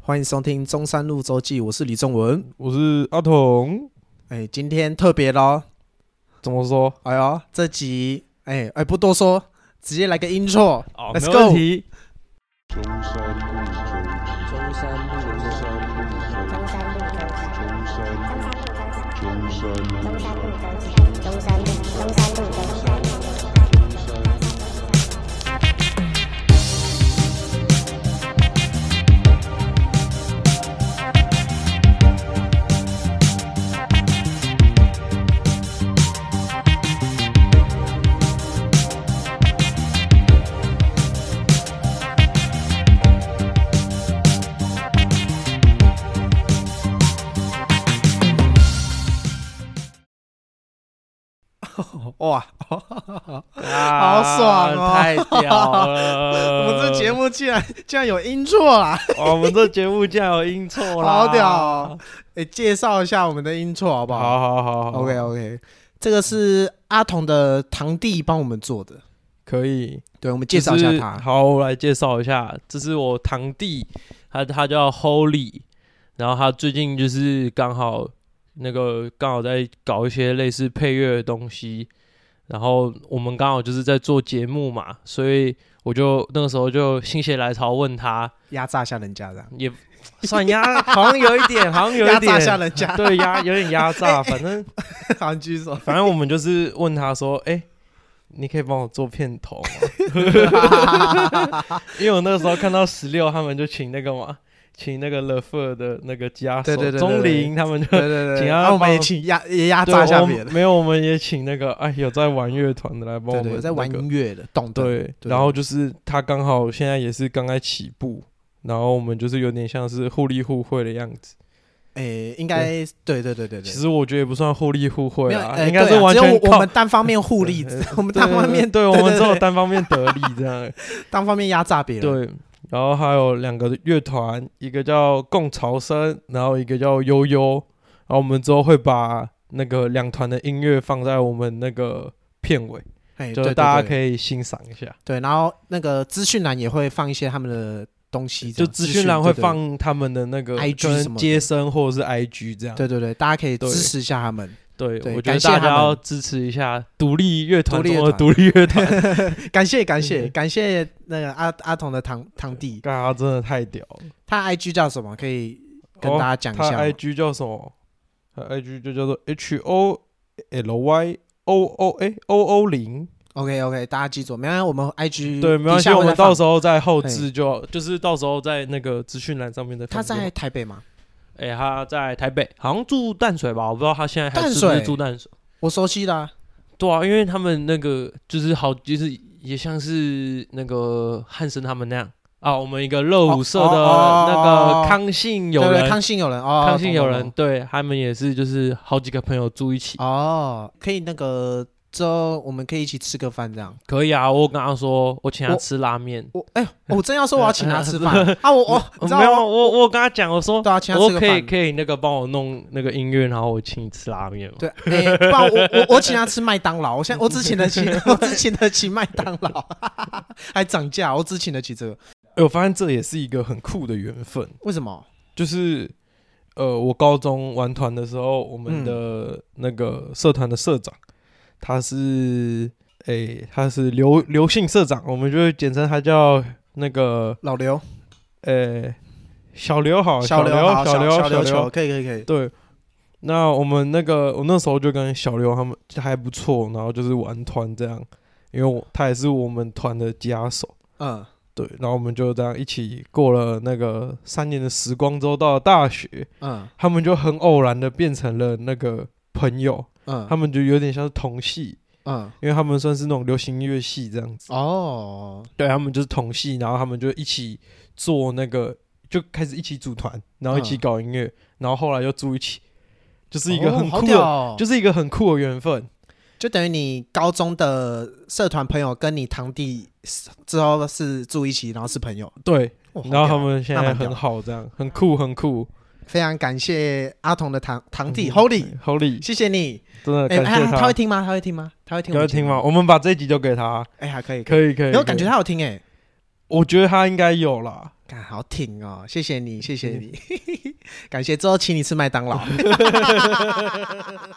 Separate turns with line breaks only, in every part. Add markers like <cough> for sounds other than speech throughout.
欢迎收听中山路周记，我是李仲文。
我是阿童，
哎，今天特别咯，
怎么说？
哎呦，这集哎哎不多说，直接来个 intro。
哦
Let's go
题。
中山路
中山路，中山路，
中山路走起，
中山中山
中
路
山路走起，中山路，中山路走起。
哇，
啊
好爽哦
太屌了！
<laughs>
哦
我们这节，目竟然竟然有 intro 啊啦！
我们这节目竟然有音错啦！
好屌哦！哎，介绍一下我们的 intro 好不
好
好？
好好好
OK OK，这个是阿童的堂弟帮我们做的，
可以
对，我们介绍一下
就是
他。
好，我来介绍一下，这是我堂弟，他他叫 Holy，然后他最近就是刚好那个刚好在搞一些类似配乐的东西，然后我们刚好就是在做节目嘛，所以我就那个时候就心血来潮问他，
压榨一下人家这样，
也算压，好像有一点，好像有
压
一
榨一下哎
点，
人家。 <laughs>
对压有点压榨，反正
好，你继续说。
反正我们就是问他说，哎、你可以帮我做片头吗？ <laughs> 因为我那个时候看到十六他们就请那个嘛，请那个 l e f e 的那个吉他手
对对对对
钟林他们就
对对对，
<laughs> 请他
然后我们
帮
也
我
请压也压
对
榨一下
我
别人。
没有，我们也请那个哎有在玩乐团的来帮我
对
们、
对，在玩音乐的，懂的。
对，
对
然后就是他刚好现在也是刚在起步，然后我们就是有点像是互利互惠的样子。
诶，应该对对对对对。
其实我觉得也不算互利互惠
没有，
啊，
呃
应该
对
是
啊
完
只有
全
我
靠
我们单方面互利
对，
<laughs> 我们
对
单方面
对，我们只有
单
单方面得利这样。
<laughs> 单方面压榨别人。
对，然后还有两个乐团，一个叫共潮生，然后一个叫悠悠。然后我们之后会把那个两团的音乐放在我们那个片尾，
哎，
就
对，
是大家
以
可以欣赏一下。
对，然后那个资讯栏也会放一些他们的东西，这
就
样
资讯栏会。
对
放他们的那个
IG 什
跟
么的
接生或者是 IG 这样。
对对对，对大家可以
对
支持一下他们，
对，
对
我觉
感
得
谢
大
他
家
们
要支持一下独立乐团
独立
中
乐
的
团
独立乐团， <laughs>
感谢感谢
嗯
感谢那个阿阿童的堂堂弟，
嘎，真的太屌了。
他 IG 叫什么？可以跟
哦
大家讲一
他
下吗。
IG 叫什么？他 IG 就叫做 H O L Y O O A O O 零。
OK OK，大家记住，没关系，我们 IG
对，没关系，我们到时候在后置
嘿
就就是到时候在那个资讯栏上面再
他
放就好。
在台北吗？
哎、他在台北，好像住淡水吧？我不知道他现在还
淡
是不是
水
住淡水。
我熟悉的啊，
对啊，因为他们那个就是好，就是也像是那个汉森他们那样啊，我们一个热舞社
哦
的
哦哦
那
哦
个康信友
对对
人，
康信友人哦，
康信友
懂懂
人，
懂
对他们也是就是好几个朋友住一起。
哦，可以那个之后我们可以一起吃个饭这样。
可以啊，我跟他说，我请他
我
吃拉面。哦
我
<laughs>
哎呦，我真要说我要请他吃饭啊！我我你知
没有，
道我
我我跟他讲，我说
对啊，请他
我
吃个
可以
饭。
可以那个帮我弄那个音乐，然后我请你吃拉面嘛。
对，哎，不然我我我请他吃麦当劳，我现在我只请得起，我只请得起麦当劳， <laughs> 还涨价，我只请得起这个，
哎，我发现这也是一个很酷的缘分，
为什么？
就是呃，我高中玩团的时候，我们的那个社团的社长，他是诶、他是刘刘姓社长，我们就会简称他叫那个
老刘，
呃、小刘好，
小
刘
刘好，
哦小
小
刘
小
小
刘
刘
球，可以可以可以，
对，那我们那个我那时候就跟小刘他们还不错，然后就是玩团这样，因为我他也是我们团的吉他手，
嗯，
对，然后我们就这样一起过了那个三年的时光之后，到了大学，
嗯
他们就很偶然的变成了那个朋友，他
嗯
们就有点像是同系，
嗯，
因为他们算是那种流行音乐系这样子，
哦，
对他们就是同系，然后他们就一起做那个，就开始一起组团，然后一起
嗯
搞音乐，然后后来又住一起，就是一个
哦
很
好
酷
屌
的。
哦
就是一个很酷的缘分。
就等于你高中的社团朋友跟你堂弟之后是住一起，然后是朋友，
对，
哦哇好
然后他
屌
们现
那
在
蛮屌
很好，这样很酷，很酷。
非常感谢阿童的堂堂弟
嗯
Holy，
Holy，
谢谢你。
真的
哎、
感谢
他他
他
会。听吗？他会听吗？他会听？
你要听吗？？我们把这一集就给他，
哎、还可以，可以。
可以可以。
然后感觉
可以，
他有听哎、
我觉得他应该有啦。
干好挺哦，谢谢你，谢谢你， <laughs> 感谢之后请你吃麦当劳。 <laughs>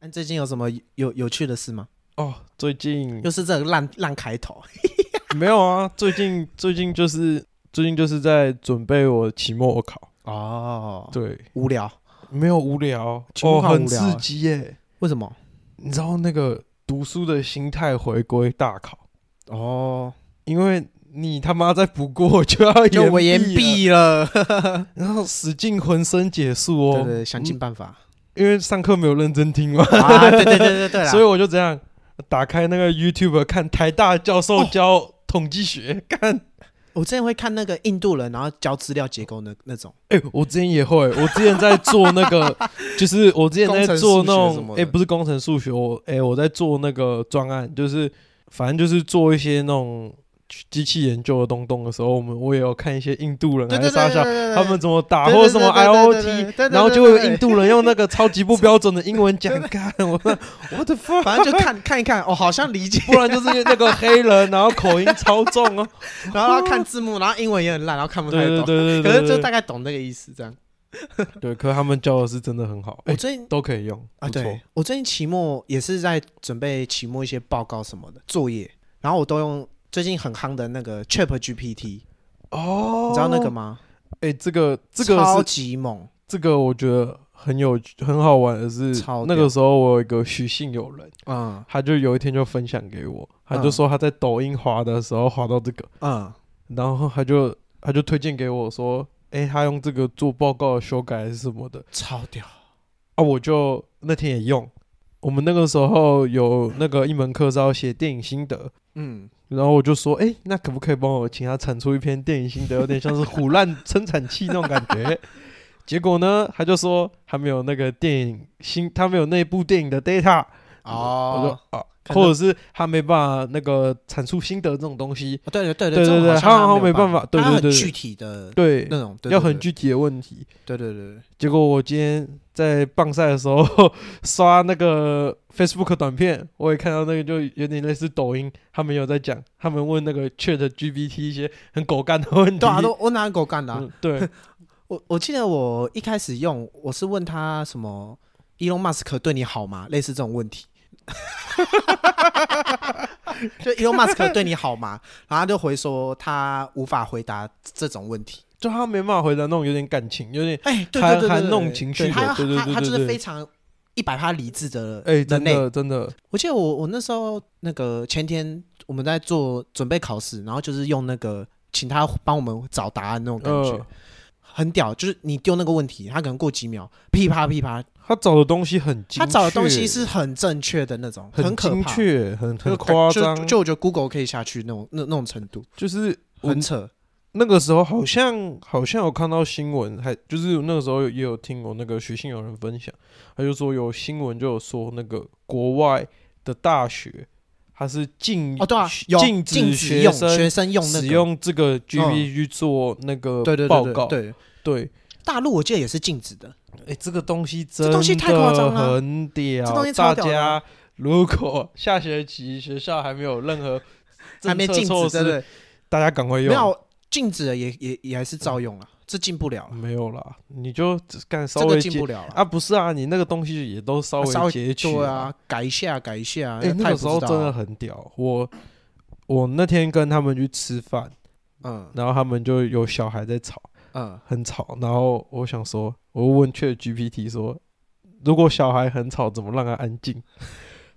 那最近有什么有有趣的事吗？
哦，最近
又是这个烂烂开头，
没有啊，最近最近就是最近就是在准备我期末考，
哦，
对，
无聊，
没有无聊，
期末
哦，
考无
很
聊
刺
欸
激耶，
为什么？
你知道那个读书的心态回归大考，
哦，
因为你他妈再不过就要
就我延
毕了，
毕啊了，
然后使尽浑身解数
对
哦，
对，想尽办法
因为上课没有认真听嘛，
啊，对对对对对啦，
嗯 <laughs> 所以我就这样打开那个 YouTube 看台大教授教统计学，看。
我之前会看那个印度人，然后教资料结构那那种，
哎、我之前也会，我之前在做那个，就是我之前在做那
工程数学什
种，
么
哎、
的
不是工程数学，我哎、我在做那个专案，就是反正就是做一些那种机器研究的东东的时候，我们我也有看一些印度人
对
还
对
是
对
啥
对
小，
对，
他们怎么打
对
或者什么
对对对对对对
IOT，
对
然后
对
就会有
对对
印度人用那个超级不标准的英
<laughs>
文讲，干我那我的 fuck，
反正就看看一看，哦， <laughs> 好像理解，
不然就是那个黑人，然后口音超重哦，
然后他看字幕，然后英文也很烂，然后看 <laughs> 不太
对对
懂，
对对对，
可是就大
概
概懂那个意思这样。
对，可是他们教的是真的很好，
我
哎，
最近
都可以用
啊，
不错
对我最近期末也是在准备期末一些报告什么的作业，然后我都用最近很夯的那个 Chat GPT，
哦，
你知道那个？吗？
哎，这个这个
超
是
级猛，
这个，我觉得很有趣很好玩的是
超，
那
屌
个时候我有一个许姓友人，
嗯
他就有一天就分享给我，他就
嗯
说他在抖音滑的时候滑到这个，
嗯，
然后他就他就推荐给我说，哎，他用这个做报告的修改还是什么的。
超屌，
啊，我就那天也用。我们那个时候有那个一门课是要写电影心得，
嗯，
然后我就说，哎、那可不可以帮我请他产出一篇电影心得，有点像是虎烂生产器那种感觉。 <laughs> 结果呢，他就说他没有那个电影新，他没有那部电影的 data，、我
哦
说，啊，
可能
或者是他没办法那个产出心得这种东西，
哦对对对
对
这
对
种
对
好
他好
像
像没办
办
法对
他
对
很
对对
具体的
对，
那种，对
要
对
很
对
具体的问题。
对对对对，
结果我今天在棒赛的时候 <laughs> 刷那个 Facebook 短片，我也看到那个就有点类似抖音，他们有在讲，他们问那个 Chat GPT 一些很狗干的问题。
对啊，都我哪给我干的啊、
嗯对
我我记得我一开始用，我是问他什么，Elon Musk 对你好吗？类似这种问题。 <laughs> 就 Elon Musk 对你好吗？然后他就回说他无法回答这种问题。
就他没办法回答那种有点感情，有点
哎，对对
含
对对
含
对
弄
对
情绪
对
的
他
对对
他
对
他
对
就是
对
非常一百趴理智的
哎、
人
真
类。
的真的，
我记得我我那时候那个前天我们在做准备考试，然后就是用那个请他帮我们找答案那种感觉。
呃，
很屌，就是你丢那个问题，他可能过几秒，噼啪噼啪，
他找的东西很精确，
他找的东西是很正确的那种，
很
可
精
怕，
确，很
就
很夸
就
张，
就就我觉得 Google 可以下去那种那那种程度，
就是我
很扯。
那个时候好像好像有看到新闻，还就是那个时候也有听我那个徐信有人分享，他就说有新闻就有说那个国外的大学，它是禁
哦，对啊，有
禁
止
学
用
生
生用那
使
个，嗯
用这个 GPT 去做那个
对对
报
对
告，
对对，
对
大陆我记得也是禁止的，
哎，这个东西真
这东西太夸张了
的很屌，
这东西超
大
屌的
家如果下学期学校还没有任何
还没
政策
禁
措
止，对
施
不对？
大家赶快用，啊
没有禁止了也也也还是照用了，这进不了啊了，
没有啦，你就只干稍
这个
微
进
解
不了了。
<laughs> 啊，不是啊，你那个东西也都稍
稍
微
微
截取
对啊，改一下，改一下。
啊。哎、那
太
个
不
时候
知
真
道
的
了，
很屌。我我那天跟他们去吃饭，
嗯
然后他们就有小孩在吵，
嗯，
很吵。然后我想说，我问 Chat GPT 说，如果小孩很吵，怎么让他安静？ <laughs>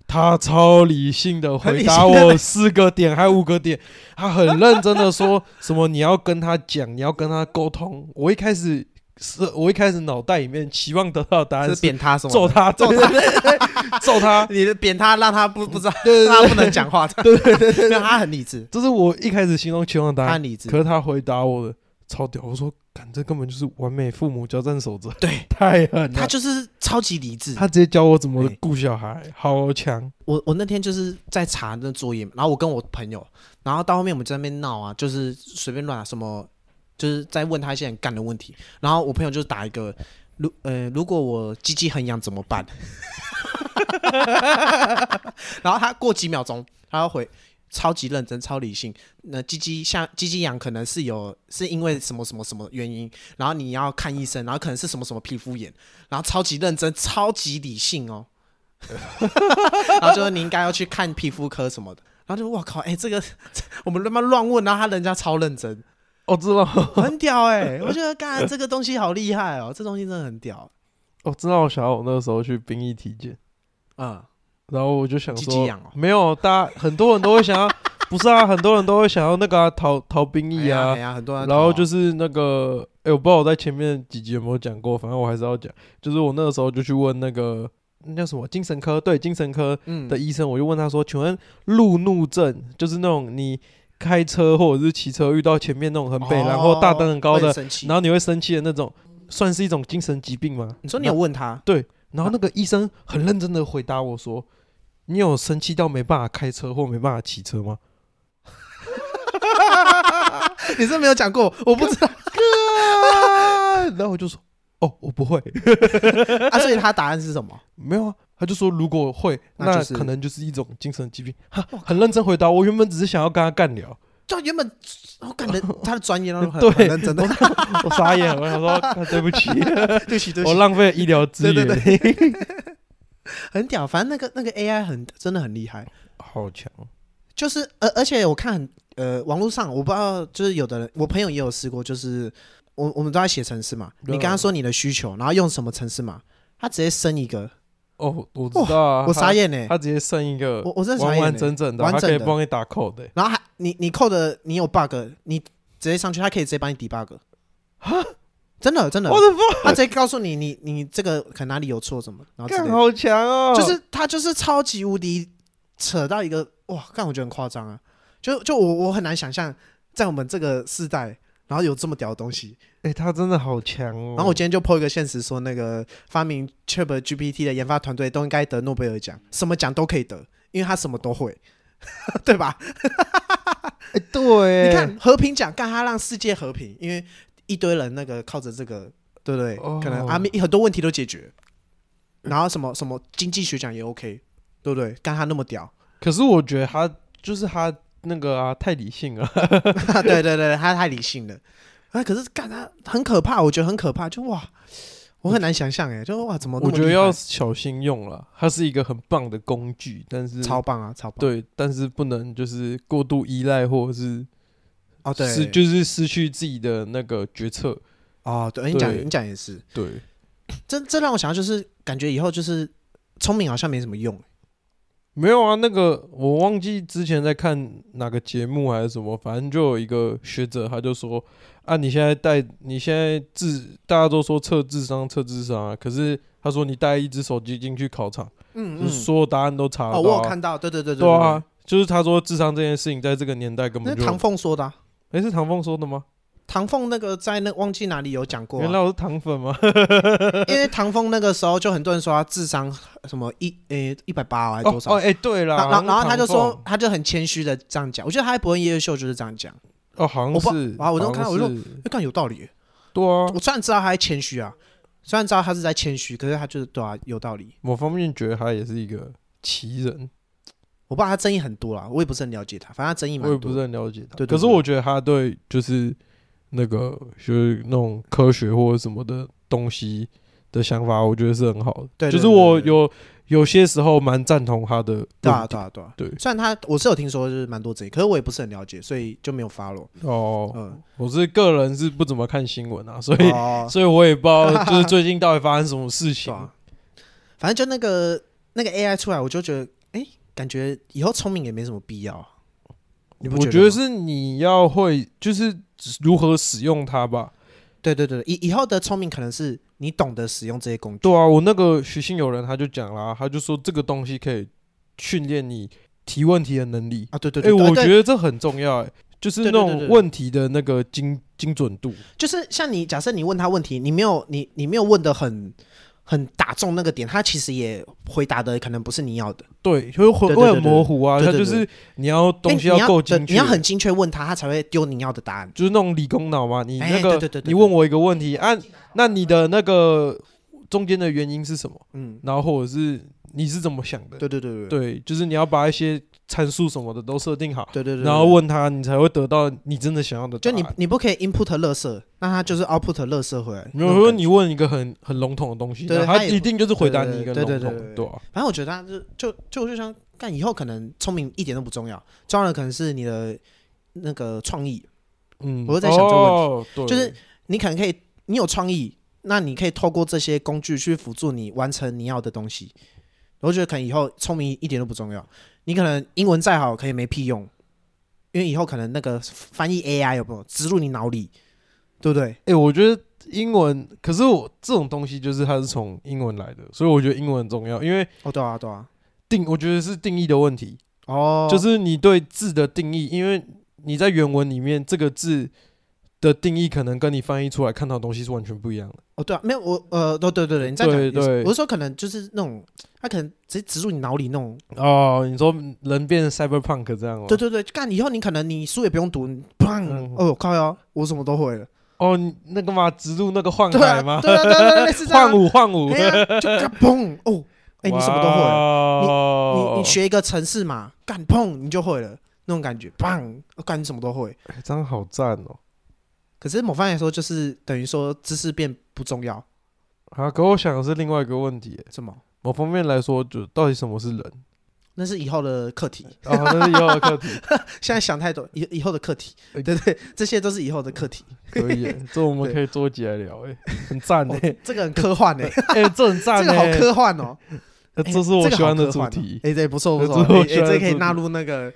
他超理性的回答
很理性
我四个点还五个点，他很认真的
<laughs>
说什么你要跟他讲，你要跟他沟通。我一开始是我一开始脑袋里面期望得到的答案
是
是
扁他什么的？
揍他，揍他， <laughs> 揍他。
你的扁他，让他不不知道，
对
让他
对对，
不能讲话。 <laughs> 对对对对，他很理智，
这是我一开始心中期望的答
他
案。
很理智
可。是他回答我的超屌，我说：“干，这根本就是完美父母交战守则，
对，
太狠了。
他就是超级理智。
他直接教我怎么
哎
顾小孩，好强。
我我那天就是在查那作业嘛，然后我跟我朋友，然后到后面我们在那边闹啊，就是随便乱啊，什么就是在问他一些很干的问题，然后我朋友就打一个。如呃，如果我鸡鸡很痒怎么 <laughs> 办？然后他过几秒钟，他要回超级认真、超理性。那鸡鸡像鸡鸡痒，可能是有是因为什么什么什么原因，然后你要看医生，然后可能是什么什么皮肤炎，然后超级认真、超级理性哦。然后就说你应该要去看皮肤科什么的，然后就我靠，哎、这个我们他妈乱问，然后他人家超认真，
哦，知道，
很屌哎、我觉得干这个东西好厉害哦，这东西真的很屌，
<laughs> 哦，知道，我想到我那时候去兵役体检，
嗯，
然后我就想
鸡
说，
鸡痒哦
没有，大家很多人都会想要，不是啊，很多人都会想要那个啊、逃逃兵
哎
役
呀
啊，
哎呀，很多人
然后就是是那个，哎、我不知道我在前面几集有没有讲过，反正我还是要讲。就是我那个时候就去问那个那叫什么精神科，对精神科
嗯
的医生，我就问他说：“请问路怒症就是那种你开车或者是骑车遇到前面那种很北然
哦
后大灯很高的，然
后
后你会生气的那种，算是一种精神疾病吗？”
你说你有问他，
然后那个医生很认真的回答我说：“你有生气到没办法开车或没办法骑车吗？”
<laughs> 你是没有讲过，我不知道
<laughs> 然后我就说：“哦，我不会。”
<laughs> 啊，所以他答案是什么？
没有啊，他就说如果会，
那
那
就是
可能就是一种精神疾病。哈，很认真回答，我原本只是想要跟他干聊，
就原本我 <laughs> 感觉他的专业都很
对
很认真的，
我傻眼，我想说 <laughs> 啊对不起，
对不起对不
我
起，
浪费医疗资
对
源，
很屌，反正那个那个 AI 很真的很厉害。
好强，哦
就是而、而且我看呃网络上我不知道，就是有的人我朋友也有试过，就是我我们都在写程式嘛，
对啊
你跟他说你的需求，然后用什么程式嘛，他直接生一个，
哦，我知道啊，
我
他
傻，眼呢、
他直接剩一个
我我真的傻
完
眼、
完
欸。
整整的，
完
他
整
可
的
以帮你打欸扣的，
然后还你你扣的你有 bug，你直接上去，他可以直接帮你 debug。真的真的，
我的妈，
他直接告诉你你你这个可能哪里有错什么，然后之类
干
的
好强哦，
就是他就是超级无敌扯到一个哇，干我觉得很夸张啊！就就我我很难想象，在我们这个世代，然后有这么屌的东西。
哎，他真的好强哦，
然后我今天就 po 一个现实说，那个发明 Chat GPT 的研发团队都应该得诺贝尔奖，什么奖都可以得，因为他什么都会， <laughs> 对吧？
哎对，
你看和平奖，干他让世界和平，因为一堆人那个靠着这个，对不对？
哦
可能阿米很多问题都解决，然后什么什么经济学奖也 OK，对不对？干他那么屌。
可是我觉得他就是他那个啊，太理性了，
<laughs> 对对对，他太理性了。啊，可是干他很可怕，我觉得很可怕，就哇，我很难想象哎，就哇怎么那
我
么
觉得
厉
要
害
小心用了，它是一个很棒的工具，但是
超棒啊，超棒。
对，但是不能就是过度依赖，或者是
哦，对，
是就是失去自己的那个决策。
哦，对，你讲
对
你讲也是，
对，
这这让我想到就是感觉以后就是聪明好像没什么用欸，
没有啊，那个我忘记之前在看哪个节目还是什么，反正就有一个学者他就说啊，你现在带你现在智大家都说测智商测智商啊，可是他说你带一只手机进去考场，
嗯
就是所有答案都查得到、啊
哦，我有看到，对对对
对啊，，就是他说智商这件事情在这个年代根
那
本
是
就
唐凤说的啊，
哎、是唐凤说的吗？
唐凤那个在那忘记哪里有讲过啊，
<laughs> 原来我是糖粉吗？
因为唐凤那个时候就很多人说他智商什么一诶一百八啊还多
哦，
少
哎、，对啦，
然后然后然后他就
好像是
说他就很谦虚的这样讲，我觉得他在伯恩夜夜秀就是这样讲。
唐凤，哦，好
我
像
不
是，
啊我都
好像
看我就是那干有道理耶。
对啊，
我虽然知道他在谦虚啊，虽然知道他是在谦虚，可是他就是对啊，有道理。
某方面觉得他也是一个奇人，
我爸他争议很多啦，我也不是很了解他，反正他争议
我也
蛮
不
多
是
的。
很了解他，
对对
可是
对
我觉得他对就是那个就是那种科学或者什么的东西的想法，我觉得是很好的，
对对
就
对
是我
对对
有有些时候蛮赞同他的论
对啊，
点，
对啊，对啊。
对
虽然他我是有听说就是蛮多争议，可是我也不是很了解，所以就没有 follow。
哦，
嗯，
我是个人是不怎么看新闻啊，所以
哦，
<laughs> 所以我也不知道就是最近到底发生什么事
<laughs> 对
情，
啊。反正就那个那个 AI 出来，我就觉得，哎，感觉以后聪明也没什么必要。啊你不
我
觉
觉
得
得
吗
是你要会，就是如何使用它吧。
对对对，以以后的聪明可能是你懂得使用这些工具。
对啊，我那个徐信友人他就讲啦，他就说这个东西可以训练你提问题的能力。
啊，对对
哎、
对，对
我
对
觉得这很重要、哎，就是那
对对对
种
对
问题的那个精精准度。
就是像你，假设你问他问题，你没有你你没有问的很很打中那个点，他其实也回答的可能不是你要的。
对，就是会
对对
会
对
很模糊啊。
对
它
对
就
对
是你要东西
哎你
够
对
精确，
你要很精确问他，他才会丢你要的答案。
就是那种理工脑嘛。你
哎
那个，
对对对对
你问我一个问题啊，那你的那个中间的原因是什么？
嗯，
然后或者是你是怎么想的？
对对对对，
对，就是你要把一些参数什么的都设定好，
对对对，对
然后，问他，你才会得到你真的想要的答
就
案。
你你不可以 input 垃圾，那它就是 output 垃圾回来。
没
那
有
种
说
感觉
你问一个很很笼统的东西，
对
那
他
他
也不
一定就是回答你一个
对对对对
笼
对
统，对啊
反正我觉得他就就就我就想，干以后可能聪明一点都不重要，重要的可能是你的那个创意。
嗯，
我是在想这个问
问题，对
就是你可能可以，你有创意，那你可以透过这些工具去辅助你完成你要的东西。我觉得可能以后聪明一点都不重要，你可能英文再好，可以没屁用，因为以后可能那个翻译 AI 有没有植入你脑里，对不对？
哎、我觉得英文，可是我这种东西就是它是从英文来的，所以我觉得英文很重要，因为
哦，对啊，对啊，
定我觉得是定义的问题，
哦，
就是你对字的定义，因为你在原文里面这个字的定义，可能跟你翻译出来看到的东西是完全不一样的。
哦，对啊，没有我呃，对对对对，你在讲
对
也是
对
我是说可能就是那种，他可能直接植入你脑里那种，
哦，你说人变成 cyberpunk 这样吗？
对对对，干以后你可能你书也不用读，你砰，
嗯
哦靠呀，我什么都会了，
哦，你那个嘛，植入那个幻
对啊，
海吗？
对啊，对啊对啊，类似这样啊
幻，舞，幻舞
哎。呀，就嘎砰哦，哎，你什么都会了，
会
你你学一个城市嘛，干砰你就会了，那种感觉，砰，我干你什么都会。
这样好赞哦！
可是某方面来说，就是等于说知识变不重要，
啊，可我想的是另外一个问题，
什么？
某方面来说，就到底什么是人？ <laughs>
那是以后的课题，
啊，那是以后
<laughs>
的课题，
现在想太多，以以后的课题，对对，这些都是以后的课题。
可以耶，这我们
对
可以做一集来聊，哎，很赞
哦
哎，
这个很科幻呢，
<laughs> 哎，这很赞
这个好
哎，
科幻哦，
呃
哎
这是我喜欢的
这个
主
好科幻哦
题，
哎，对，不错不错，
这是我
哎哎
喜欢的
这可以
主题
纳入那个，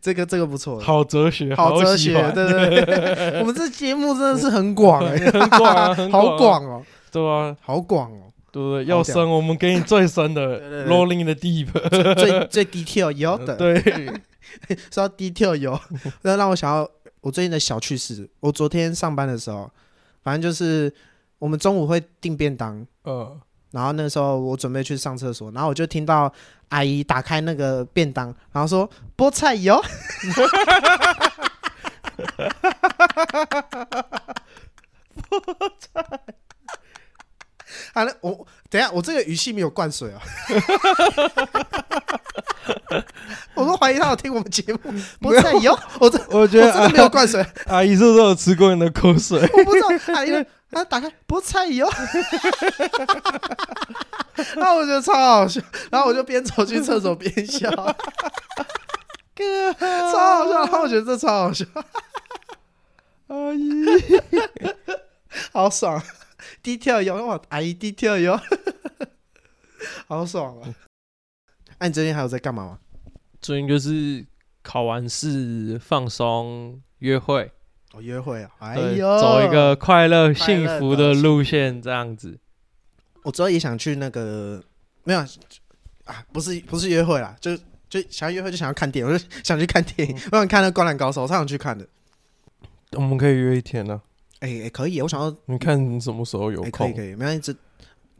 这个这个不错，
好哲学，
好哲
喜
学，
欢
对对对，我们这节目真的是很广
<laughs>
哎，
很广啊，很
好
广啊，
广哦，
对啊，
好广哦，
对不对？
屌
要深，我们给你最深
对
的
对对
，rolling 的 deep， <laughs>
最最 detail 有的，，
对，
说到 detail 有，那让我想到我最近的小趣事。我昨天上班的时候，反正就是我们中午会订便当，
嗯，
然后那时候我准备去上厕所，然后我就听到阿姨打开那个便当，然后说菠菜油， <laughs> 菠菜。好了，啊我等一下，我这个语气没有灌水啊， <laughs> 我都怀疑他有听我们节目。菠菜油，我这
我觉
我哦真
得
的没有
阿
灌水，
<laughs> 阿姨是不是有吃过你的口 <laughs> 水？
我不知道，啊，因为他打开菠菜油， <laughs> 然后我觉得超好笑，然后我就边走去厕所边笑， <laughs>
哥，
超好笑，然后我觉得这超好笑，
阿姨，
好爽，低跳油哇，阿姨低跳油， <laughs> 好爽啊！哎、你最近还有在干嘛吗？
最近就是考完试放松约会，
我、约会啊，哎
对，
呦，
走一个，快乐
快乐
幸
的
福的路线，这样子。
我之后也想去那个，没有啊，不是不是约会啦，就就想要约会就想要看电影，我就想去看电
嗯
影，我想看那《灌篮高手》，我超想去看的。
我们可以约一天呢、
哎、哎可以，我想要
你看你什么时候有
哎、可
空？
以可以，没关系。这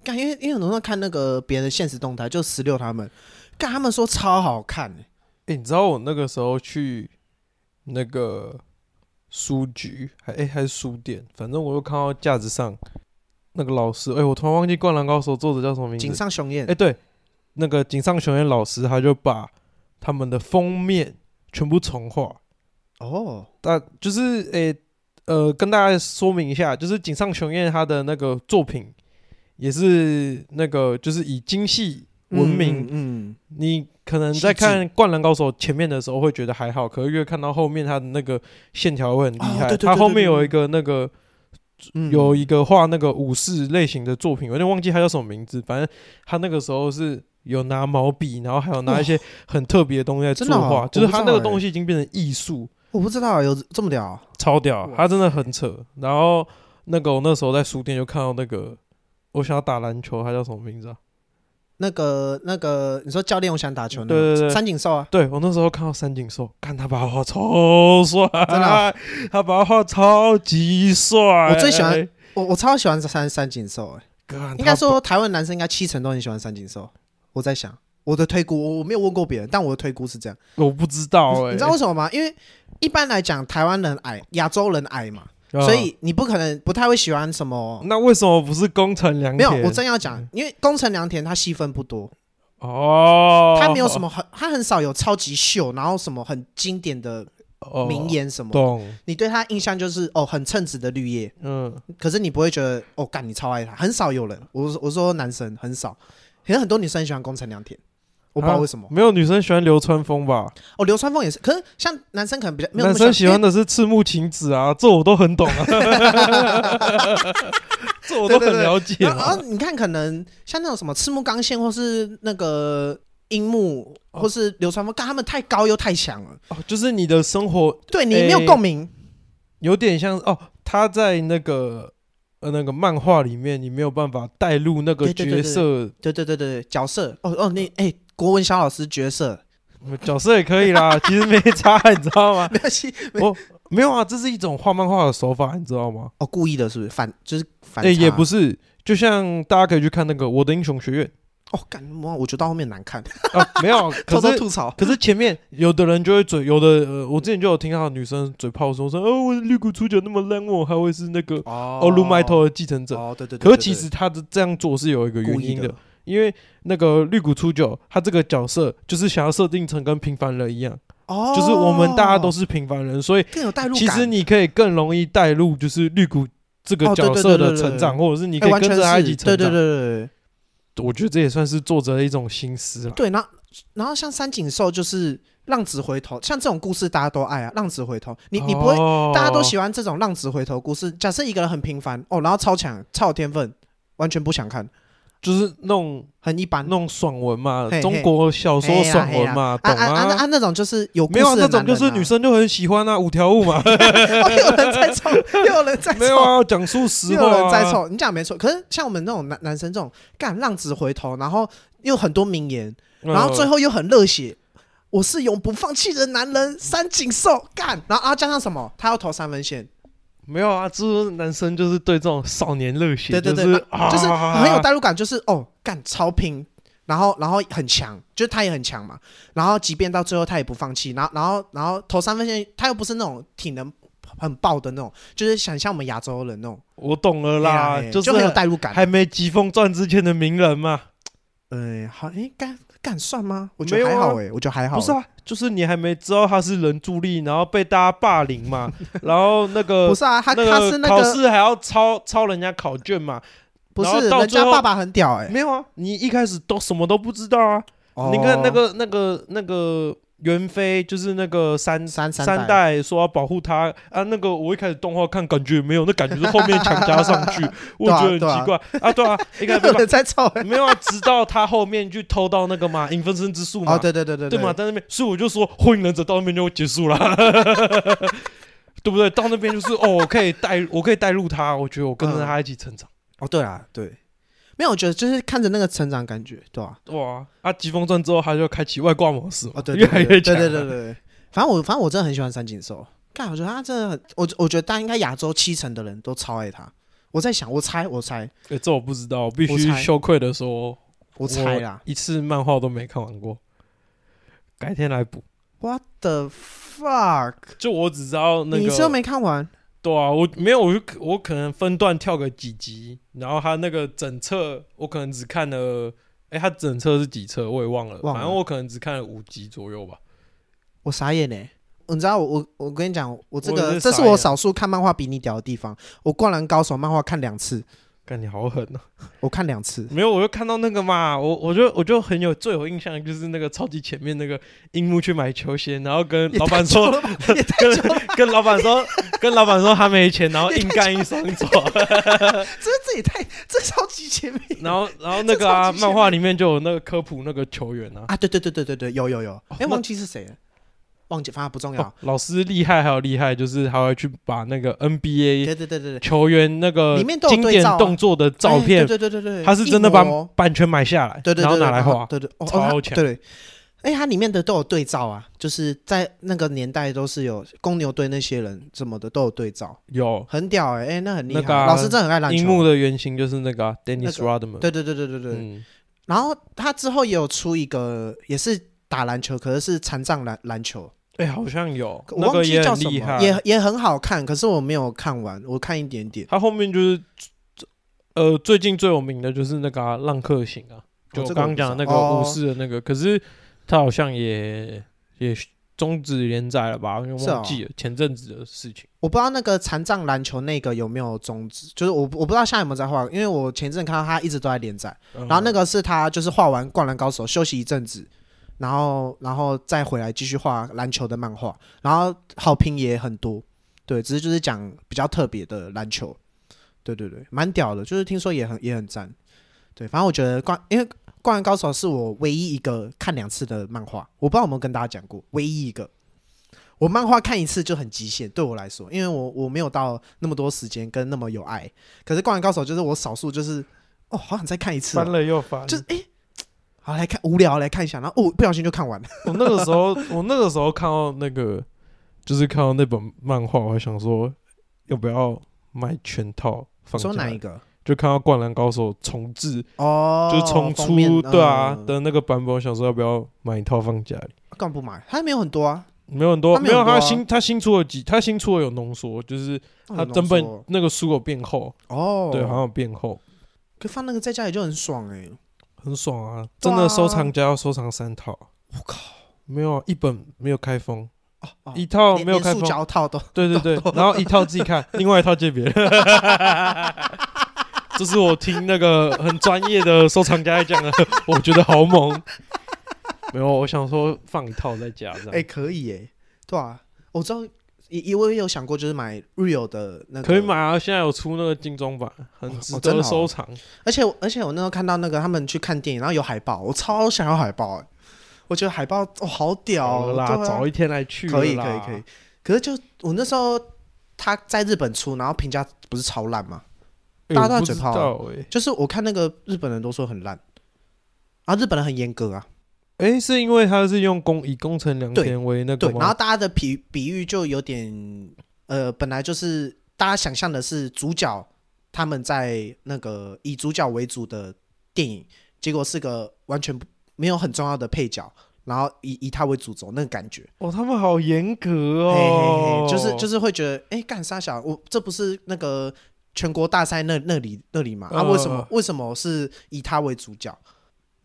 干，因为因为很多人看那个别人的现实动态，就十六他们，干他们说超好看、欸，
哎、你知道我那个时候去那个书局，还哎、还是书店，反正我又看到架子上那个老师，哎、我突然忘记《灌篮高手》作者叫什么名
井
字？
上雄彦、
哎、对，那个井上雄彦老师，他就把他们的封面全部重画。
哦，
那就是诶、呃，跟大家说明一下，就是井上雄彦他的那个作品，也是那个就是以精细闻名。
嗯，
你可能在
细致
看《灌篮高手》前面的时候会觉得还好，可是越看到后面，他的那个线条会很厉害。
哦对对对
他后
对
面
对
有一个那个
嗯
有一个画那个武士类型的作品，我有点忘记他叫什么名字，反正他那个时候是。有拿毛笔，然后还有拿一些很特别的东西来
真
作
的哦
画，
我
就是
不知
他那
道
个
欸
东西已经变成艺术，
我不知道啊有这么屌、
超屌，
哇
他真的很扯。然后那个我那时候在书店就看到那个，我想要打篮球，他叫什么名字啊？
那个那个，你说教练，我想打球那个，
对对对
三井寿啊，
对我那时候看到三井寿，看他把他画超帅，
真的啊
<laughs> 他把他画超级帅。
我最喜欢，我我超喜欢三三井寿、欸，
干
应该
他
说台湾男生应该七成都很喜欢三井寿，我在想。我的推估，我我没有问过别人，但我的推估是这样。
我不知道
你
哎、
知道为什么吗？因为一般来讲，台湾人矮，亚洲人矮嘛，
啊
所以你不可能不太会喜欢什么。
那为什么不是宫城良
没
田？
有，我真要讲，因为宫城良田他戏份不多，
哦，
他没有什么很，他很少有超级秀，然后什么很经典的
哦
名言什么的。
懂，
你对他印象就是哦，很称职的绿叶，
嗯，
可是你不会觉得哦，干你超爱他，很少有人。我说我说男生很少，可能很多女生很喜欢宫城良田，我不知道
啊
为什么。
没有女生喜欢流川枫吧？
哦，流川枫也是，可是像男生可能比较没有那
男
么
生喜欢
的，
的是赤木晴子啊，这我都很懂
<laughs>
啊，这我都很了解
因为然
啊。
后你看可能像那种什么赤木刚宪或是那个樱木
哦
或是流川枫，干他们太高又太强了，
哦就是你的生活
对你
诶
没有共鸣。
有点像哦，他在那个呃那个漫画里面，你没有办法带入那个
对对对
角色，
对对对对，对角色哦哦，你哎、国文小老师角色
呃角色也可以
<laughs>
啦，其实没差，你知道吗？
没关系，没
我没有啊，这是一种画漫画的手法，你知道吗？
哦故意的是不是反就是反
哎、也不
是
是，就像大家可以去看那个《我的英雄学院
哦，干妈我觉得到后面难看，》
啊，
<laughs>
没有，可
偷偷
是
吐槽。
可是前面有的人就会嘴，有的呃，我之前就有听到女生嘴炮说说，哦，我绿谷主角那么烂，我还会是那个
哦
奥鲁麦头的继承者。
哦，对对对
可
对
是其实他的这样做是有一个
对
原
故意
因的，，因为那个绿谷初九他这个角色就是想要设定成跟平凡人一样，
哦，
就是我们大家都是平凡人，所以
更有代入感。
其实你可以更容易带入就是绿谷这个
哦对
角
对
色
对对
的
对
成长，或者是你可
哎
以
完
跟
全
着他一起
是，
成
对对对
长。
对对
我觉得这也算是作者的一种心思了。
对，然后然后像三井寿就是浪子回头，像这种故事大家都爱啊，浪子回头，你你不会。
哦
大家都喜欢这种浪子回头故事。假设一个人很平凡哦，然后超强、超有天分，完全不想看，
就是那种
很一般。
那种爽文嘛
嘿，嘿
中国小说爽文嘛，
啊
懂
啊啊
吗？
啊！那种就是有故
没
事
有啊
的
那种就是
男人啊
女，生就很喜欢啊，五条悟
<laughs>
嘛，
哦有人在
<laughs>
凑，又有人在
没有
凑，
啊，讲述实
又
话
有人
啊，
在凑。你讲得没错，可是像我们那种男男生这种干浪子回头，然后又很多名言，
嗯，
然后最后又很热血。我是永不放弃的男人，三井寿干，然后啊加上什么？他要投三分线，
没有啊，就是男生就是对这种少年热血，
对对对，
就是
那就是
啊
很有代入感，就是哦，干超拼，然后然后很强，就是他也很强嘛。然后即便到最后他也不放弃，然后然后然后投三分线，他又不是那种体能很爆的那种，就是想像我们亚洲人那种，
我懂了
哎
啦
呀，
是
就很有代入感。
还没疾风传之前的名人嘛，
呃，好，哎，干干算吗？我觉
没
得
有
还
啊
好哎，我觉得还好。
不是啊，就是你还没知道他是人助力，然后被大家霸凌
<laughs>
嘛，然后那个
不是啊，他
那
他是
个
那
考
个
试还要抄抄人家考卷嘛，
不
然
是
后到
人
最
家
后
爸爸很屌哎，
没有啊，你一开始都什么都不知道啊，你看那个那个那个袁飞，就是那个三
哦三
三
代
代说要保护他啊，那个我一开始动画看感觉没有，那感觉是后面强加上 <laughs> 去，我觉得很奇怪啊，对啊，一开始被
有人
骂
在凑哎，
没有啊，直到他后面去偷到那个嘛影分身之术嘛，
哦，对对对对
啊对嘛，在那边，所以我就说火影忍者到那边就结束了。 <laughs> 对不对？到那边就是哦，我可以带，我可以带入他，我觉得我跟着他一起成长。
哦，对啊，对，没有，我觉得就是看着那个成长感觉，对吧、
哇！啊，疾风传之后，他就开启外挂模式嘛，
哦，对，
越
对
来
对
越强
对
了。
对对对对，反正我反正我真的很喜欢三井寿，干，我觉得他真的很，我我觉得大家应该亚洲七成的人都超爱他。我在想，我猜，我猜，
欸、这我不知道，我必
我
须
猜
羞愧的说，
我猜啦，
一次漫画都没看完过。改天来补。
，What the fuck？、
就我只知道那
你是又
个，
没看完？
对啊，我没有，我就可我可能分段跳个几集，然后他那个整册我可能只看了，哎、他整册是几册我也忘了，
忘了
反正我可能只看了五集左右吧。
我傻眼嘞、你知道我我我跟你讲，我这
我
个
也是
这
傻
是我
眼
少数看漫画比你屌的地方。我《灌篮高手》漫画看两次，
干你好狠啊！
我看两次。
没有，我就看到那个嘛，我我就我就很有最有印象的就是那个超级前面那个樱木去买球鞋，然后跟
也
老
太
板
久
说
了吧，也
<laughs>
太久了吧，
跟老板说，跟老板说他没钱，然后硬干一双手，
这这也太这超级前面
然后然后那个
这超
啊，
级前面
漫画里面就有那个科普那个球员啊，
啊！对对对对对对，有有有，哎、
哦那
忘记是谁了，忘记，反正不重要。
哦老师厉害还有厉害，就是他会去把那个 NBA
对对对对对，
球员那个
里面都有
经
对
典
照啊
动作的照
哎
片，
对对对对对，
他是真的把
一模
版权买下来，
对对对
然后
对
拿来画。
对对哦，哦
超
它
强
对。哎，它里面的都有对照啊，就是在那个年代都是有公牛队那些人什么的都有对照，
有
很屌哎、哎，那很厉害，
那个啊
老师真的很爱篮
樱木
球。
的原型就是那个啊 Dennis
那
Rodman，
对对对对对对，
嗯，
然后他之后也有出一个，也是打篮球，可是是残障篮篮球，
哎，好像有
我
那
忘
个
记
也
叫
很
什
厉
么，
害，
也也很好看，可是我没有看完，我看一点点。
他后面就是呃最近最有名的就是那个啊浪客行啊，
就我
哦这个
刚刚讲的那个
我
武
不知
士的那个，可是他好像也也终止连载了吧？因为
是哦
忘记了前阵子的事情。
我不知道那个残障篮球那个有没有终止，就是我我不知道现在有没有在画，因为我前阵看到他一直都在连载，
然
然后那个是他就是画完《灌篮高手》休息一阵子，然后然后再回来继续画篮球的漫画，然后好评也很多，对，只是就是讲比较特别的篮球，对对对，蛮屌的，就是听说也很也很赞，对，反正我觉得灌因为《灌篮高手》是我唯一一个看两次的漫画，我不知道有没有跟大家讲过，唯一一个。我漫画看一次就很极限，对我来说，因为我我没有到那么多时间跟那么有爱。可是《灌篮高手》就是我少数就是，哦，好想再看一次、哦
翻。了又翻。
就是哎、诶好来看无聊来看一下，然后哦不小心就看完了。
<laughs> 我那个时候，我那个时候看到那个，就是看到那本漫画，我还想说要不要买全套放下
说哪
来
一？个？
就看到《灌篮高手》重置，
哦，
就重
封面
出对啊
嗯
的那个版本，我想说要不要买一套放家里？
干嘛不买？它没有很多啊，
没有很多，
它没
没
有
有
很多啊
他新他新出了几，他新出了有浓缩，就是他
很浓
整本
缩
那个书有变厚，
哦，
对，好像有变厚，
可放那个在家里就很爽哎、
很爽啊！
对啊
真的收藏家要收藏三套，我靠，没有啊一本没有开封，
哦哦，
一套
连
没有
连
开
塑
封，
胶套都
对对对，然后一套自己看，另外一套借别人。 <laughs> 这是我听那个很专业的收藏家讲的， <laughs> 我觉得好猛。没有，我想说放一套在家这
哎、
样。
可以哎、对啊，我知道。也也我也有想过，就是买 real 的那个，
可以买啊！现在有出那个精装版，很值得收藏。
而且我而且我那时候看到那个他们去看电影，然后有海报，我超想要海报、欸，我觉得海报哦好屌
好
哦、
了
对
啦，
啊、
早一天来去了啦哎
可以可以可以。。可是就我那时候他在日本出，然后评价不是超烂吗？
哎
大家都在
我不
嘴
知
炮啊
道哎
就是我看那个日本人都说很烂，啊，日本人很严格啊，
哎，是因为他是用工以工程良田为那
对
个，
然后
吗？
大家的比比喻就有点呃，本来就是大家想象的是主角他们在那个以主角为主的电影，结果是个完全不没有很重要的配角。然后以以他为主轴那个感觉，
哦，他们好严格
嘿嘿
哦
嘿，，就是就是是会觉得，哎、干啥小，我这不是那个全国大赛那那里那里嘛？啊，
呃
为什么、为什么是以他为主角？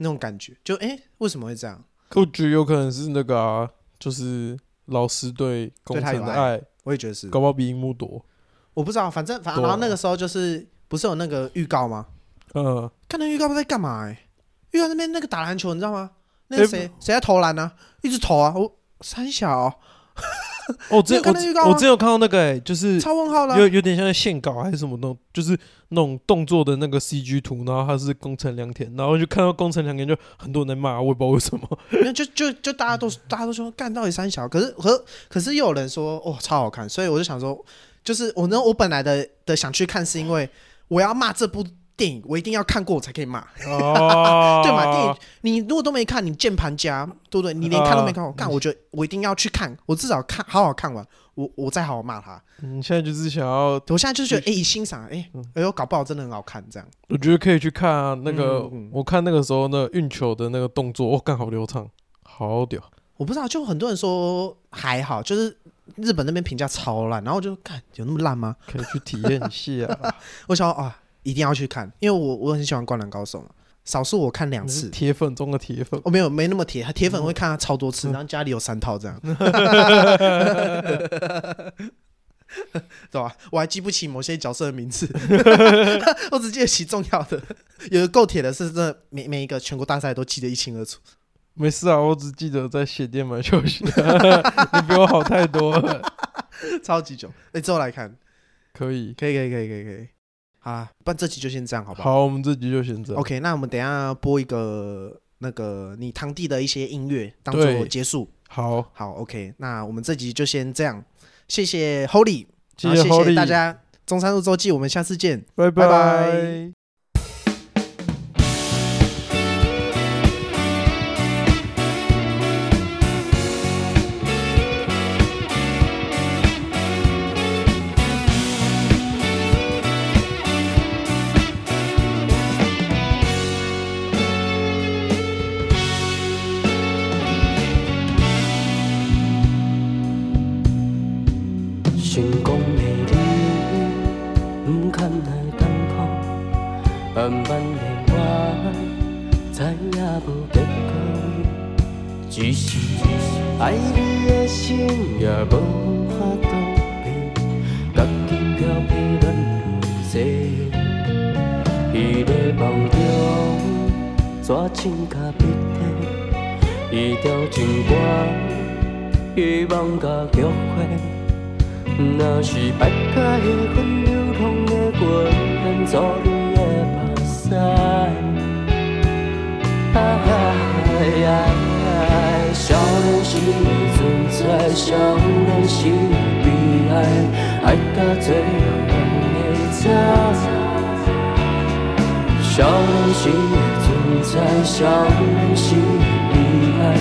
那种感觉，就哎、诶为什么会这样？
我觉得有可能是那个啊，就是老师对工程
对
的
他有爱
爱，
我也觉得是，
搞不好比樱木多。
我不知道，反正反
对啊
然后那个时候就是不是有那个预告吗？
嗯，
看那预告不知道在干嘛、欸？预告那边那个打篮球，你知道吗？那个
诶
谁谁、在投篮呢、一直投啊！我三小、
哦我之
你有看那预告
我
吗
我之前有看到那个，哎，就是
超问号啦！
有有点像线稿还是什么东，就是那种动作的那个 CG 图，然后它是工程良田，然后就看到工程良田就很多人在骂，我也不知道为
<laughs>
什么。
没有，就就就大家都大家都说干到底三小，可是可可是又有人说哦超好看，所以我就想说，就是我呢，我本来的的想去看是因为我要骂这部电影，我一定要看过我才可以骂，
哦
对嘛？电影你如果都没看，你键盘侠对不对？你连看都没看过，干、我觉得我一定要去看，我至少看好好看完，我我再好好骂他。
你嗯现在就是想要，
我现在就觉得哎、一欣赏哎、哎呦，搞不好真的很好看这样。
我觉得可以去看啊。那个，
嗯嗯
我看那个时候那个运球的那个动作，我、哦、干好流畅，好屌。
我不知道，就很多人说还好，就是日本那边评价超烂，然后我就看有那么烂吗？
可以去体验一下、 <laughs>
我想说啊，一定要去看，因为我我很喜欢《灌篮高手》嘛，少数我看两
你是嗯
次。哦
铁粉中的铁粉。
我、没有没那么铁，铁粉会看他超多次，然后家里有三套这
<laughs>
样，对吧、我还记不起某些角色的名字，
<laughs>
我只记得起重要的。有的够铁的是真的，每每一个全国大赛都记得一清二楚。
没事啊，我只记得在鞋店买球 <laughs> 鞋，你比我好太多了。 <laughs>
超级久。哎、之后来看，
可以，
可以可以可以可以可以。好啦，不然这集就先这样，好不好
好，我们这集就先这样。
？OK，那我们等一下播一个那个你堂弟的一些音乐，当做
对
结束。
好，
好，OK，那我们这集就先这样，谢谢 Holy，然后
谢谢
谢
Holly，
谢大，家，中山路周记，我们下次见。
拜
拜拜
拜
船共你的雨，五級裏燈泡，暗奔你話，参也无结果，只是爱你的心也无法度变，家己飘飘乱乱世，伊在梦中纸穿甲笔体，伊调情歌，希望甲约会。若是别解的阮流淌的月，咱做你的目屎。哎哎哎，少年时存在，少年时悲哀，爱甲做人会知。少年时存在，少年时悲哀，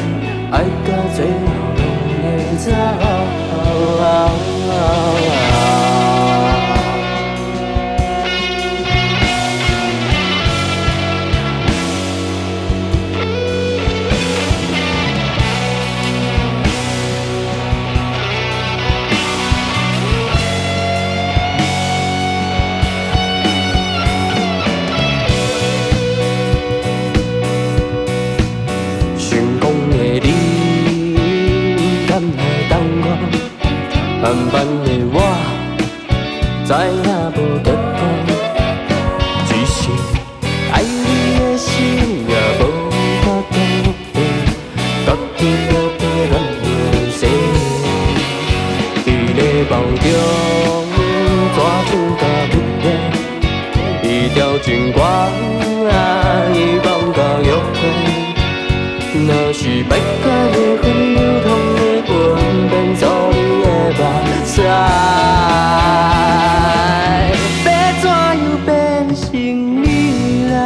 爱甲做人会知。成功的你，敢会等我？暗班的我，知影无结果，只是爱你的心也无法改变，家己都别乱乱说。伫咧梦中，怎想甲你的？一条情歌啊，伊放甲约会。若是别解的阮流淌的云，变做你的目屎。要怎样变成你啦？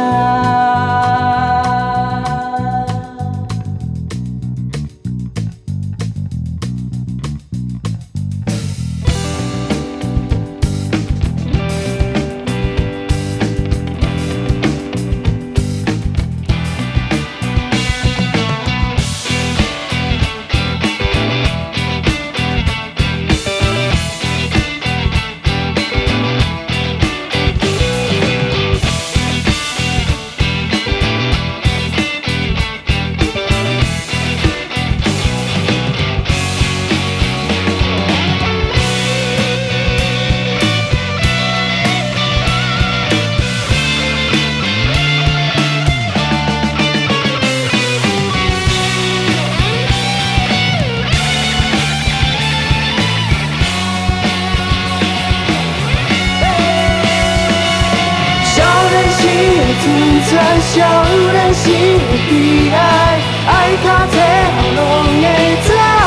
少年时的自在，少年时的悲哀，爱到最后拢会知。